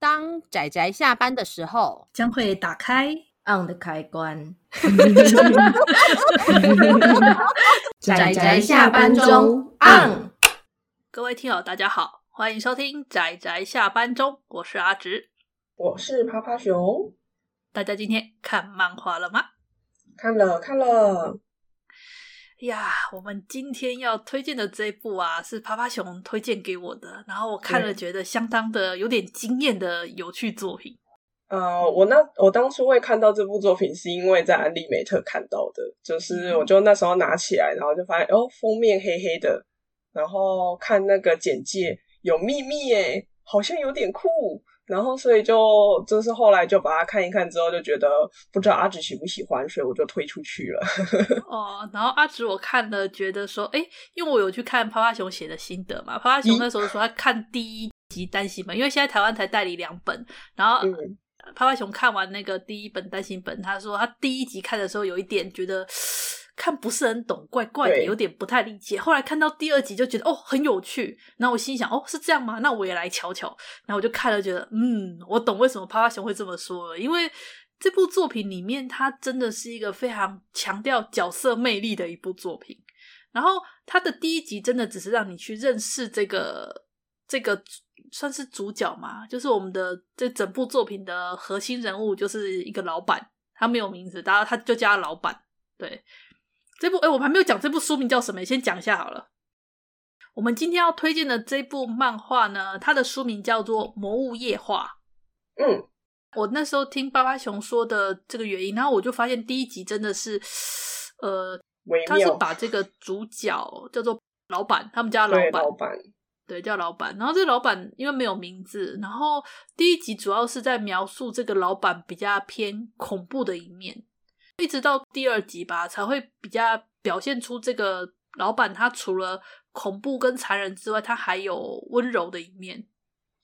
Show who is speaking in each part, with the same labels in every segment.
Speaker 1: 当仔仔下班的时候，
Speaker 2: 将会打开。
Speaker 3: on 的开 关。
Speaker 1: 宅宅
Speaker 2: 下班中
Speaker 3: on。
Speaker 4: 各位听友，大家好，欢迎收听《宅宅下班中》，我是阿直。
Speaker 5: 我是趴趴熊，
Speaker 4: 大家今天看漫画了吗？
Speaker 5: 看了看了，
Speaker 4: 呀，我们今天要推荐的这一部啊，是趴趴熊推荐给我的，然后我看了
Speaker 5: 对
Speaker 4: 觉得相当的有点惊艳的有趣作品。
Speaker 5: 呃，我那我当初会看到这部作品，是因为在安利美特看到的，
Speaker 4: 嗯
Speaker 5: 就是我就那时候拿起来，然后就发现哦，封面黑黑的，然后看那个简介有秘密耶，好像有点酷，然后所以就就是后来就把它看一看之后，就觉得不知道阿紫喜不喜欢，所以我就推出去了。
Speaker 4: 哦，然后阿直我看了，觉得说，哎，因为我有去看趴趴熊写的心得嘛，趴趴熊
Speaker 5: 嗯
Speaker 4: 那时候说他看第一集单行本，因为现在台湾才代理两本，然后
Speaker 5: 嗯，
Speaker 4: 趴趴熊看完那个第一本单行本，他说他第一集看的时候有一点觉得 看不是很懂，怪怪的，
Speaker 5: 对
Speaker 4: 有点不太理解。后来看到第二集就觉得哦很有趣，然后我心想哦是这样吗？那我也来瞧瞧。然后我就看了，觉得嗯，我懂为什么趴趴熊会这么说了，因为。这部作品里面，它真的是一个非常强调角色魅力的一部作品。然后它的第一集真的只是让你去认识这个这个算是主角嘛，就是我们的这整部作品的核心人物就是一个老板，他没有名字，大家他就叫他老板。对，这部哎、我还没有讲这部书名叫什么，先讲一下好了。我们今天要推荐的这部漫画呢，它的书名叫做《魔物夜话》。
Speaker 5: 嗯，
Speaker 4: 我那时候听巴巴熊说的这个原因，然后我就发现第一集真的是，呃，
Speaker 5: 微
Speaker 4: 他是
Speaker 5: 妙，
Speaker 4: 把这个主角叫做老板，他们家老
Speaker 5: 对
Speaker 4: 板
Speaker 5: 老，板，
Speaker 4: 对，叫老板。然后这个老板因为没有名字，然后第一集主要是在描述这个老板比较偏恐怖的一面，一直到第二集吧，才会比较表现出这个老板他除了恐怖跟残忍之外，他还有温柔的一面。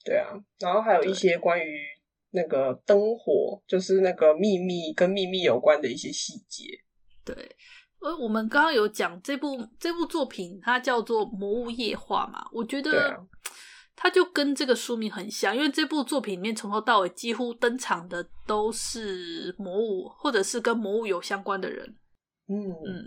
Speaker 5: 对啊，然后还有一些关于那个灯火，就是那个秘密跟秘密有关的一些细节。
Speaker 4: 对，呃，我们刚刚有讲这部这部作品，它叫做《魔物夜话》嘛，我觉
Speaker 5: 对
Speaker 4: 得
Speaker 5: 啊
Speaker 4: 它就跟这个书名很像，因为这部作品里面从头到尾几乎登场的都是魔物，或者是跟魔物有相关的人。
Speaker 5: 嗯，
Speaker 4: 嗯，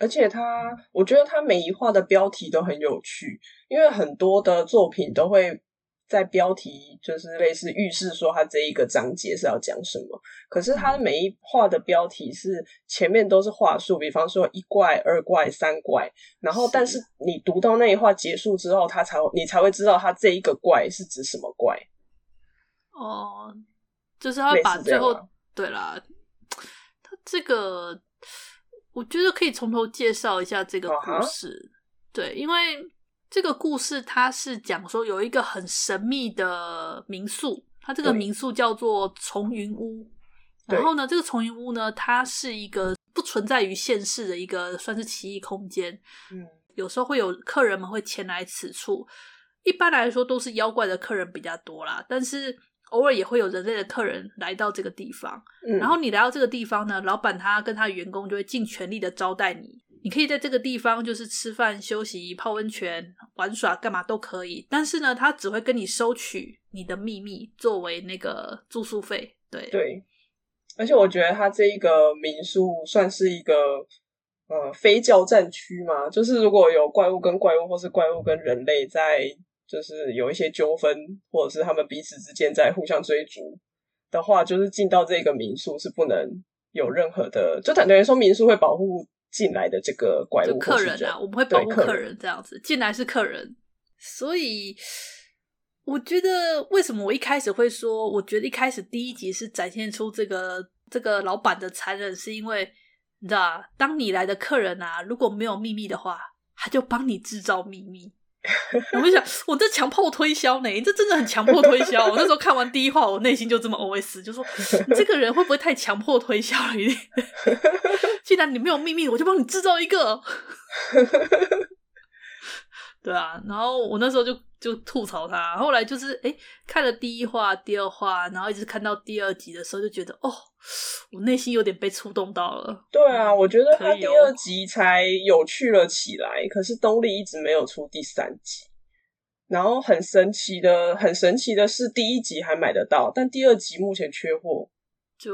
Speaker 5: 而且它，我觉得它每一话的标题都很有趣，因为很多的作品都会在标题就是类似预示说它这一个章节是要讲什么，可是
Speaker 4: 嗯
Speaker 5: 它每一话的标题是前面都是话术，比方说一怪、二怪、三怪，然后
Speaker 4: 是
Speaker 5: 但是你读到那一话结束之后，它才会你才会知道它这一个怪是指什么怪。
Speaker 4: 哦、就是他
Speaker 5: 类似
Speaker 4: 把
Speaker 5: 这
Speaker 4: 最
Speaker 5: 样
Speaker 4: 后
Speaker 5: 啊
Speaker 4: 对啦，他这个我觉得可以从头介绍一下这个
Speaker 5: 啊哈
Speaker 4: 故事。对，因为这个故事它是讲说有一个很神秘的民宿，它这个
Speaker 5: 对
Speaker 4: 民宿叫做重云屋。
Speaker 5: 对
Speaker 4: 然后呢，这个重云屋呢，它是一个不存在于现世的一个算是奇异空间。
Speaker 5: 嗯，
Speaker 4: 有时候会有客人们会前来此处。一般来说都是妖怪的客人比较多啦，但是偶尔也会有人类的客人来到这个地方。
Speaker 5: 嗯
Speaker 4: 然后你来到这个地方呢，老板他跟他员工就会尽全力的招待你。你可以在这个地方就是吃饭、休息、泡温泉、玩耍，干嘛都可以。但是呢，他只会跟你收取你的秘密作为那个住宿费。对，
Speaker 5: 对，而且我觉得它这一个民宿算是一个呃非教战区嘛，就是如果有怪物跟怪物，或是怪物跟人类在就是有一些纠纷，或者是他们彼此之间在互相追逐的话，就是进到这个民宿是不能有任何的，就等于说民宿会保护进来的这个怪
Speaker 4: 就
Speaker 5: 物
Speaker 4: 客
Speaker 5: 或是
Speaker 4: 人啊，我们会
Speaker 5: 对
Speaker 4: 保护
Speaker 5: 客
Speaker 4: 客
Speaker 5: 人
Speaker 4: 人这样子，进来是客人，所以我觉得为什么我一开始会说，我觉得一开始第一集是展现出这个这个老板的残忍，是因为你知道啊，当你来的客人啊，如果没有秘密的话，他就帮你制造秘密。我就想，我这强迫推销呢，这真的很强迫推销。我那时候看完第一话，我内心就这么 OS，就说你这个人会不会太强迫推销了一 点？既然你没有秘密，我就帮你制造一个。对啊，然后我那时候就就吐槽他，后来就是哎、诶看了第一话、第二话，然后一直看到第二集的时候，就觉得哦，我内心有点被触动到了。
Speaker 5: 对啊，我觉得
Speaker 4: 可
Speaker 5: 它
Speaker 4: 以
Speaker 5: 第
Speaker 4: 哦
Speaker 5: 二集才有趣了起来，可是东立一直没有出第三集。然后很神奇的，很神奇的是，第一集还买得到，但第二集目前缺货。
Speaker 4: 就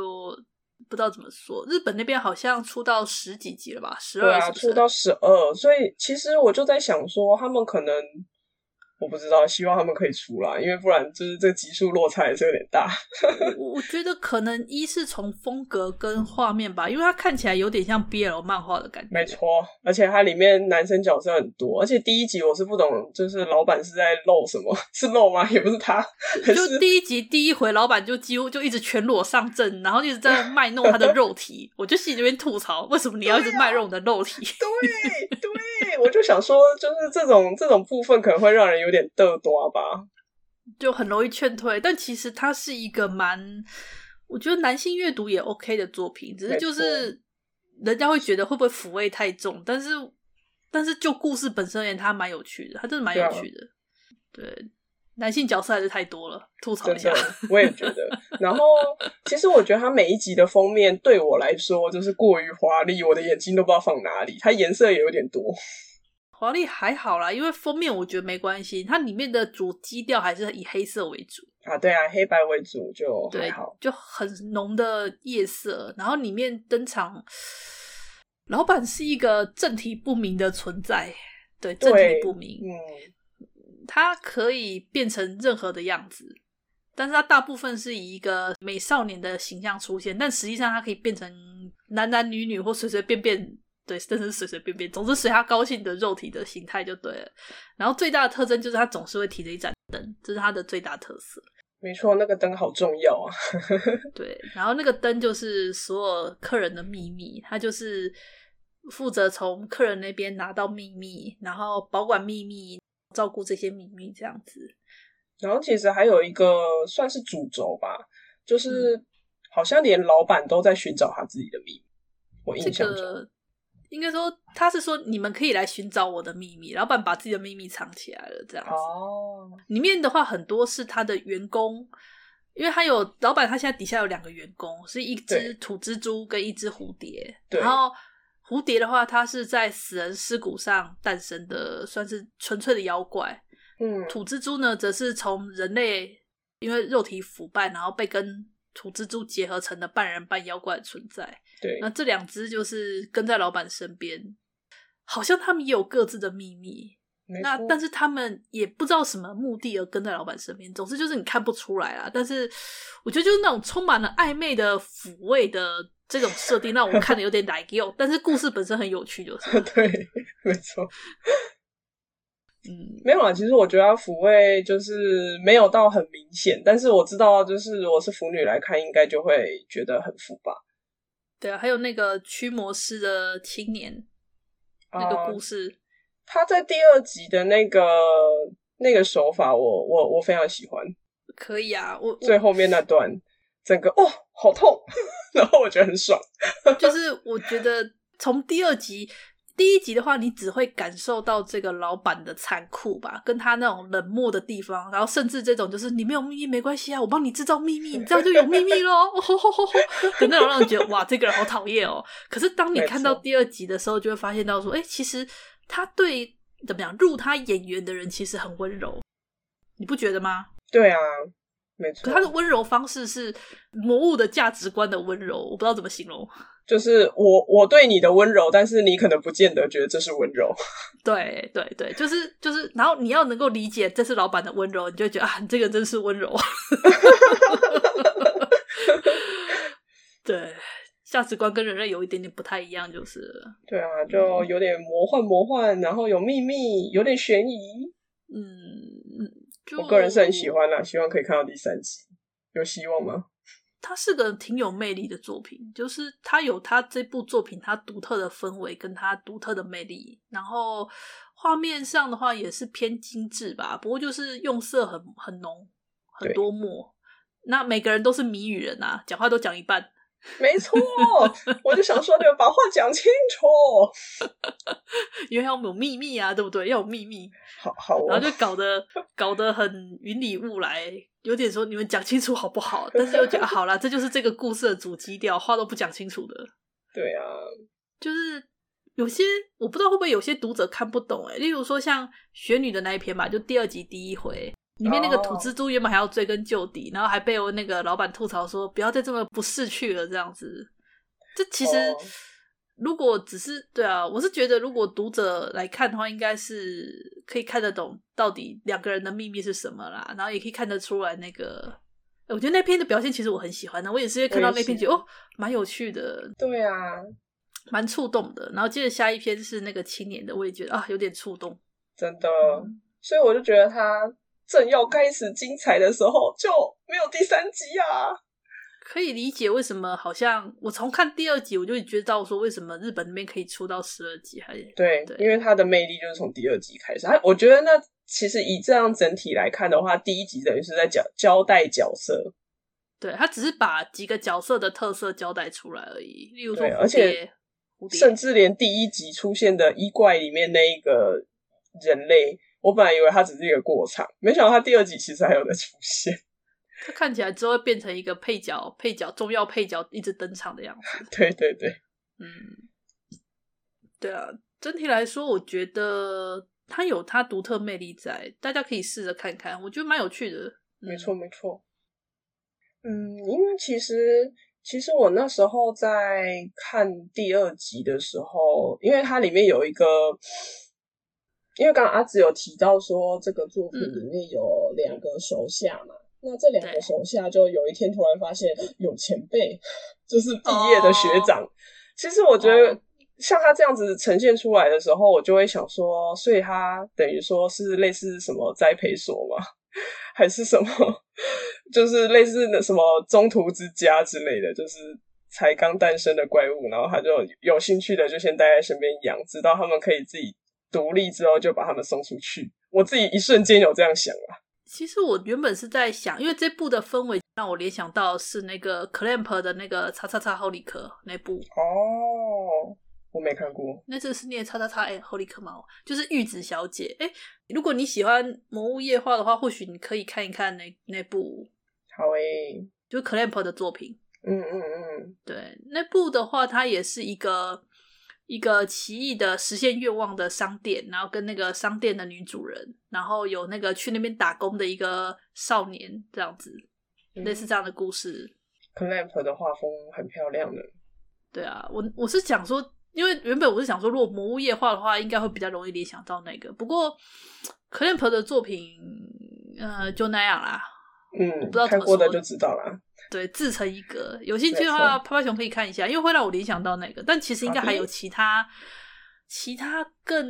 Speaker 4: 不知道怎么说。日本那边好像出到十几集了吧，十
Speaker 5: 对
Speaker 4: 二
Speaker 5: 啊，
Speaker 4: 是不是
Speaker 5: 出到十二，所以其实我就在想说，他们可能我不知道，希望他们可以出来，因为不然就是这个集数落差也是有点大。
Speaker 4: 我我觉得可能一是从风格跟画面吧，因为它看起来有点像 BL 漫画的感觉。
Speaker 5: 没错，而且它里面男生角色很多，而且第一集我是不懂，就是老板是在露什么？ 是露吗？也不是他，还
Speaker 4: 就是第一集第一回，老板就几乎就一直全裸上阵，然后一直在卖弄他的肉体。我就心里面吐槽，为什么你要一直卖弄你的肉体？
Speaker 5: 对对，我就想说，就是这种这种部分可能会让人有点嘚多吧。
Speaker 4: 就很容易劝退。但其实它是一个蛮，我觉得男性阅读也 OK 的作品，只是就是人家会觉得会不会抚慰太重，但是但是就故事本身而言，它蛮有趣的，它真的蛮有
Speaker 5: 啊
Speaker 4: 趣的。对，男性角色还是太多了，吐槽
Speaker 5: 真
Speaker 4: 一下
Speaker 5: 的。，我也觉得。然后，其实我觉得它每一集的封面对我来说就是过于华丽，我的眼睛都不知道放哪里。它颜色也有点多，
Speaker 4: 华丽还好啦，因为封面我觉得没关系，它里面的主基调还是以黑色为主。
Speaker 5: 啊，对啊，黑白为主就还
Speaker 4: 对
Speaker 5: 好，。
Speaker 4: 就很浓的夜色，然后里面登场，老板是一个政体不明的存在，对，政体不明，
Speaker 5: 嗯，
Speaker 4: 他可以变成任何的样子，但是他大部分是以一个美少年的形象出现，但实际上他可以变成男男女女或随随便便。对，真是随随便便，总之随他高兴的肉体的形态就对了。然后最大的特征就是他总是会提着一盏灯，这是他的最大特色。
Speaker 5: 没错，那个灯好重要啊。
Speaker 4: 对，然后那个灯就是所有客人的秘密，他就是负责从客人那边拿到秘密，然后保管秘密，照顾这些秘密这样子。
Speaker 5: 然后其实还有一个算是主轴吧，
Speaker 4: 嗯
Speaker 5: 就是好像连老板都在寻找他自己的秘密。我
Speaker 4: 这
Speaker 5: 印象中，
Speaker 4: 个应该说他是说你们可以来寻找我的秘密，老板把自己的秘密藏起来了这样子。
Speaker 5: 哦，
Speaker 4: 里面的话很多是他的员工，因为他有老板，他现在底下有两个员工，是一只
Speaker 5: 对
Speaker 4: 土蜘蛛跟一只蝴蝶。
Speaker 5: 对
Speaker 4: 然后蝴蝶的话，它是在死人尸骨上诞生的，算是纯粹的妖怪。
Speaker 5: 嗯，
Speaker 4: 土蜘蛛呢，则是从人类因为肉体腐败，然后被跟土蜘蛛结合成的半人半妖怪的存在。
Speaker 5: 对
Speaker 4: 那，这两只就是跟在老板身边，好像他们也有各自的秘密。
Speaker 5: 没
Speaker 4: 那
Speaker 5: 错
Speaker 4: 但是他们也不知道什么目的而跟在老板身边，总之就是你看不出来啦。但是我觉得就是那种充满了暧昧的抚慰的这种设定，让我看的有点来用。但是故事本身很有趣，就是了
Speaker 5: 对，没错，
Speaker 4: 嗯，
Speaker 5: 没有啊。其实我觉得它抚慰就是没有到很明显，但是我知道，就是如果是腐女来看，应该就会觉得很腐吧。
Speaker 4: 对啊，还有那个驱魔师的青年那个
Speaker 5: 啊
Speaker 4: 故事，
Speaker 5: 他在第二集的那个那个手法我我我非常喜欢，
Speaker 4: 可以啊，我我
Speaker 5: 最后面那段整个哦好痛， 然后我觉得很爽。
Speaker 4: 就是我觉得从第二集。第一集的话，你只会感受到这个老板的残酷吧，跟他那种冷漠的地方，然后甚至这种就是你没有秘密没关系啊，我帮你制造秘密，你这样就有秘密喽，哦吼吼吼吼 的那种让人觉得哇，这个人好讨厌哦。可是当你
Speaker 5: 没
Speaker 4: 看到
Speaker 5: 错
Speaker 4: 第二集的时候，就会发现到说，哎，其实他对怎么讲入他眼缘的人其实很温柔，你不觉得吗？
Speaker 5: 对啊，没错，
Speaker 4: 可他的温柔方式是魔物的价值观的温柔，我不知道怎么形容。
Speaker 5: 就是我我对你的温柔，但是你可能不见得觉得这是温柔。
Speaker 4: 对对对，就是就是，然后你要能够理解这是老板的温柔，你就会觉得啊，你这个人真是温柔。对，价值观跟人类有一点点不太一样，就是了
Speaker 5: 对啊，就有点魔幻魔幻，然后有秘密，有点悬疑。
Speaker 4: 嗯，就
Speaker 5: 我个人是很喜，欢啦，希望可以看到第三集，有希望吗？
Speaker 4: 它是个挺有魅力的作品，就是它有它这部作品它独特的氛围跟它独特的魅力，然后画面上的话也是偏精致吧，不过就是用色很很浓，很
Speaker 5: 对
Speaker 4: 多墨。那每个人都是谜语人啊，讲话都讲一半，
Speaker 5: 没错，我就想说，你们把话讲清楚。
Speaker 4: 因为要有秘密啊，对不对？要有秘密，
Speaker 5: 好好哦，
Speaker 4: 然后就搞得搞得很云里雾来，有点说你们讲清楚好不好？但是又觉得、啊好啦，这就是这个故事的主基调，话都不讲清楚的。
Speaker 5: 对啊，
Speaker 4: 就是有些我不知道会不会有些读者看不懂哎、欸，例如说像雪女的那一篇吧，就第二集第一回里面那个土蜘蛛原本还要追根究底，然后还被我那个老板吐槽说不要再这么不识趣了这样子。这其实
Speaker 5: 哦
Speaker 4: 如果只是对啊，我是觉得如果读者来看的话，应该是可以看得懂到底两个人的秘密是什么啦，然后也可以看得出来那个。欸我觉得那篇的表现其实我很喜欢的，我也是因为看到那篇觉得
Speaker 5: 我也
Speaker 4: 哦蛮有趣的，
Speaker 5: 对啊，
Speaker 4: 蛮触动的。然后接着下一篇是那个青年的，我也觉得啊有点触动。
Speaker 5: 真的，所以我就觉得他正要开始精彩的时候就没有第三集啊。
Speaker 4: 可以理解为什么好像我从看第二集我就觉得说为什么日本那边可以出到十二集还
Speaker 5: 对，
Speaker 4: 对
Speaker 5: 因为它的魅力就是从第二集开始。它我觉得那其实以这样整体来看的话，第一集等于是在讲交代角色，
Speaker 4: 对他只是把几个角色的特色交代出来而已，例如说
Speaker 5: 对而
Speaker 4: 蝴
Speaker 5: 且
Speaker 4: 蝶，蝴蝶
Speaker 5: 甚至连第一集出现的衣怪里面那一个人类，我本来以为他只是一个过场，没想到他第二集其实还有在出现。
Speaker 4: 他看起来之后会变成一个配角，配角重要配角一直登场的样子。
Speaker 5: 对对对，
Speaker 4: 嗯，对啊，整体来说，我觉得它有它独特魅力在，大家可以试着看看，我觉得蛮有趣的。嗯
Speaker 5: 没错，没错。嗯，因为其实其实我那时候在看第二集的时候，因为它里面有一个，因为刚刚阿紫有提到说这个作品里面有两个手下嘛，那这两个
Speaker 4: 嗯对
Speaker 5: 手下就有一天突然发现有前辈，就是毕业的学长。其实我觉得
Speaker 4: 哦
Speaker 5: 像他这样子呈现出来的时候，我就会想说，所以他等于说是类似什么栽培所吗？ 还是什么， 就是类似的什么中途之家之类的，就是才刚诞生的怪物，然后他就有兴趣的就先待在身边养，直到他们可以自己独立之后，就把他们送出去。我自己一瞬间有这样想啊，
Speaker 4: 其实我原本是在想，因为这部的氛围让我联想到是那个 Clamp 的那个《叉叉叉后里克》那部，
Speaker 5: 哦，我没看过，
Speaker 4: 那这是念叉叉叉哎，后里克吗？就是玉子小姐。哎，如果你喜欢《魔物夜话》的话，或许你可以看一看那那部
Speaker 5: 好诶、
Speaker 4: 就是 Clamp 的作品。
Speaker 5: 嗯嗯嗯，
Speaker 4: 对，那部的话，它也是一个一个奇异的实现愿望的商店，然后跟那个商店的女主人，然后有那个去那边打工的一个少年这样子，
Speaker 5: 嗯
Speaker 4: 类似这样的故事。
Speaker 5: Clamp 的画风很漂亮的，
Speaker 4: 对啊，我我是想说，因为原本我是想说，如果魔物夜话的话，应该会比较容易联想到那个。不过 Clamp 的作品，呃，就那样啦。
Speaker 5: 嗯
Speaker 4: 知道，怎
Speaker 5: 看
Speaker 4: 么
Speaker 5: 过的
Speaker 4: 说
Speaker 5: 就知道啦。
Speaker 4: 对，自成一格。有兴趣的话，趴趴熊可以看一下，因为会让我联想到那个。但其实应该还有其他其他更，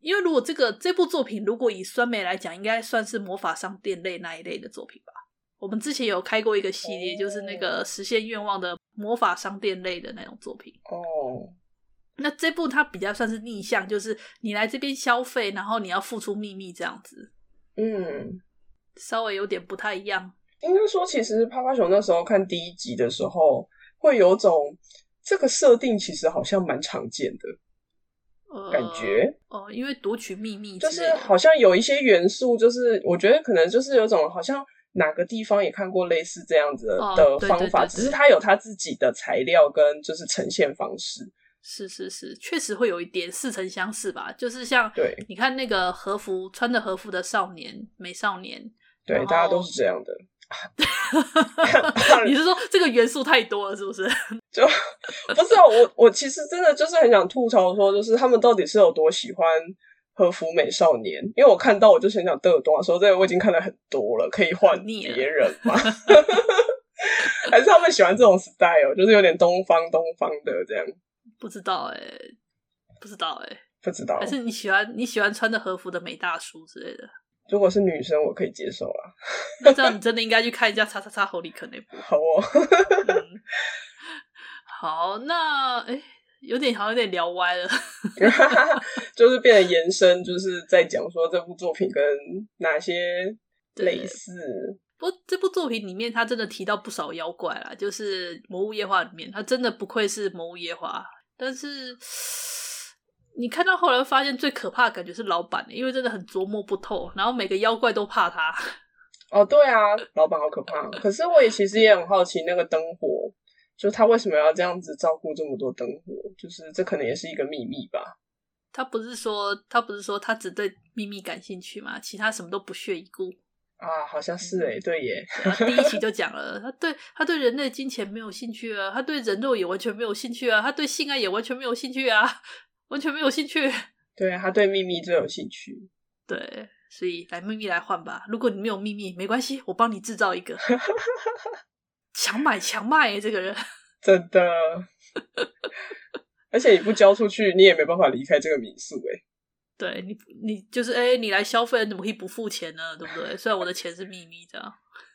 Speaker 4: 因为如果这个这部作品如果以酸梅来讲，应该算是魔法商店类那一类的作品吧。我们之前有开过一个系列，
Speaker 5: 哦
Speaker 4: 就是那个实现愿望的魔法商店类的那种作品。
Speaker 5: 哦，
Speaker 4: 那这部它比较算是逆向，就是你来这边消费，然后你要付出秘密这样子，
Speaker 5: 嗯，
Speaker 4: 稍微有点不太一样。
Speaker 5: 应该说，其实趴趴熊那时候看第一集的时候，会有种这个设定其实好像蛮常见的
Speaker 4: 呃，
Speaker 5: 感觉，
Speaker 4: 哦、因为读取秘密之
Speaker 5: 就
Speaker 4: 类的，
Speaker 5: 是好像有一些元素，就是我觉得可能就是有种好像哪个地方也看过类似这样子的,、
Speaker 4: 哦对
Speaker 5: 方法，
Speaker 4: 对对对
Speaker 5: 只是它有它自己的材料跟就是呈现方式。
Speaker 4: 是是是，确实会有一点似曾相识吧。就是像
Speaker 5: 对
Speaker 4: 你看那个和服穿着和服的少年美少年，
Speaker 5: 对，
Speaker 4: 哦
Speaker 5: 大家都是这样的。
Speaker 4: 你是说这个元素太多了是不 是？
Speaker 5: 就 不是、啊、我，我其实真的就是很想吐槽说，就是他们到底是有多喜欢和服美少年？因为我看到我就很想嘚多啊说这个我已经看了很多了，可以换
Speaker 4: 腻了
Speaker 5: 别人吗？ 还是他们喜欢这种 style，就是有点东方东方的这样？
Speaker 4: 不知道哎、不知道哎、
Speaker 5: 不知道
Speaker 4: 还，是你喜欢你喜欢穿着和服的美大叔之类的？
Speaker 5: 如果是女生，我可以接受啦。
Speaker 4: 那这样你真的应该去看一下《叉叉叉侯里克》那部。
Speaker 5: 好哦，
Speaker 4: 嗯好，那哎、诶有点好像有点聊歪了。
Speaker 5: 就是变成延伸，就是在讲说这部作品跟哪些
Speaker 4: 对
Speaker 5: 类似。
Speaker 4: 不过这部作品里面，他真的提到不少妖怪啦，就是《魔物夜话》里面，他真的不愧是《魔物夜话》，但是你看到后来会发现最可怕的感觉是老板、欸因为真的很琢磨不透，然后每个妖怪都怕他。
Speaker 5: 哦哦，对啊，老板好可怕。可是我也其实也很好奇那个灯火，就他为什么要这样子照顾这么多灯火？就是这可能也是一个秘密吧。
Speaker 4: 他不是说他不是说他只对秘密感兴趣吗？其他什么都不屑一顾。
Speaker 5: 啊，好像是诶、对耶，
Speaker 4: 然后第一期就讲了，他对他对人类金钱没有兴趣啊，他对人肉也完全没有兴趣啊，他对性爱也完全没有兴趣啊， 完全没有兴趣。
Speaker 5: 对啊他对秘密最有兴趣。
Speaker 4: 对，所以来秘密来换吧。如果你没有秘密，没关系，我帮你制造一 个。强买强卖、欸，这个人。
Speaker 5: 真的。 而且你不交出去，你也没办法离开这个民宿欸诶、
Speaker 4: 对你，你就是哎、你来消费，怎么可以不付钱呢？对不对？虽然我的钱是秘密，这样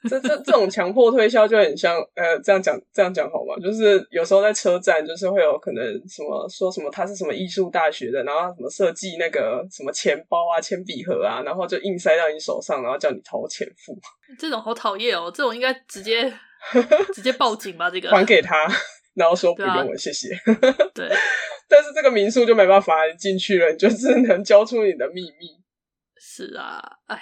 Speaker 5: 这这这种强迫推销就很像，呃，这样讲这样讲好吗？就是有时候在车站，就是会有可能什么说什么他是什么艺术大学的，然后什么设计那个什么钱包啊、铅笔盒啊，然后就硬塞到你手上，然后叫你掏钱 付，
Speaker 4: 这种好讨厌哦！这种应该直接直接报警吧？这个
Speaker 5: 还给他， 然后说不
Speaker 4: 啊对啊
Speaker 5: 用了，谢谢。
Speaker 4: 对，
Speaker 5: 但是这个民宿就没办法，你进去了，你就 只能交出你的秘密。
Speaker 4: 是啊，哎，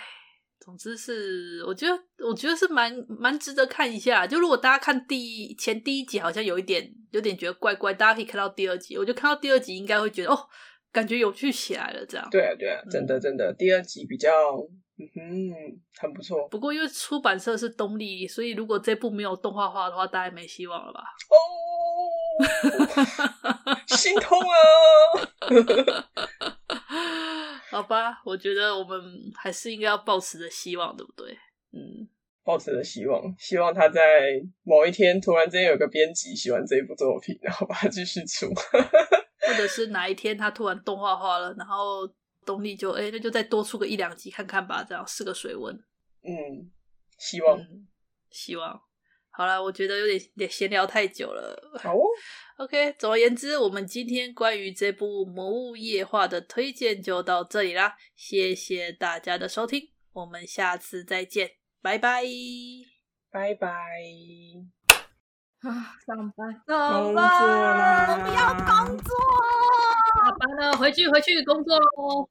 Speaker 4: 总之是我觉得，我觉得是蛮蛮值得看一下。就如果大家看第一前第一集，好像有一点有点觉得怪怪，大家可以看到第二集。我就看到第二集，应该会觉得哦，感觉有趣起来了这样。
Speaker 5: 对啊，对啊，真
Speaker 4: 嗯
Speaker 5: 的真的，第二集比较，嗯哼，很不错
Speaker 4: 不过因为出版社是东立，所以如果这部没有动画化的话，大家没希望了吧？
Speaker 5: 哦，心痛啊！
Speaker 4: 好吧，我觉得我们还是应该要抱持着希望，对不对？嗯，
Speaker 5: 抱持着希望，希望他在某一天突然之间有个编辑喜欢这一部作品，然后把它继续出。
Speaker 4: 或者是哪一天他突然动画化了，然后东立就哎、那就再多出个一两集看看吧，这样试个水温。
Speaker 5: 嗯，希望
Speaker 4: 嗯，希望。好了，我觉得有点也闲聊太久了。
Speaker 5: 好哦，
Speaker 4: OK，总而言之，我们今天关于这部《魔物夜话》的推荐就到这里啦，谢谢大家的收听，我们下次再见，拜拜。
Speaker 5: 拜拜，
Speaker 2: 啊，上班，
Speaker 5: 工作啦，
Speaker 1: 我不要工作。
Speaker 2: 下班了，回去回去工作喽。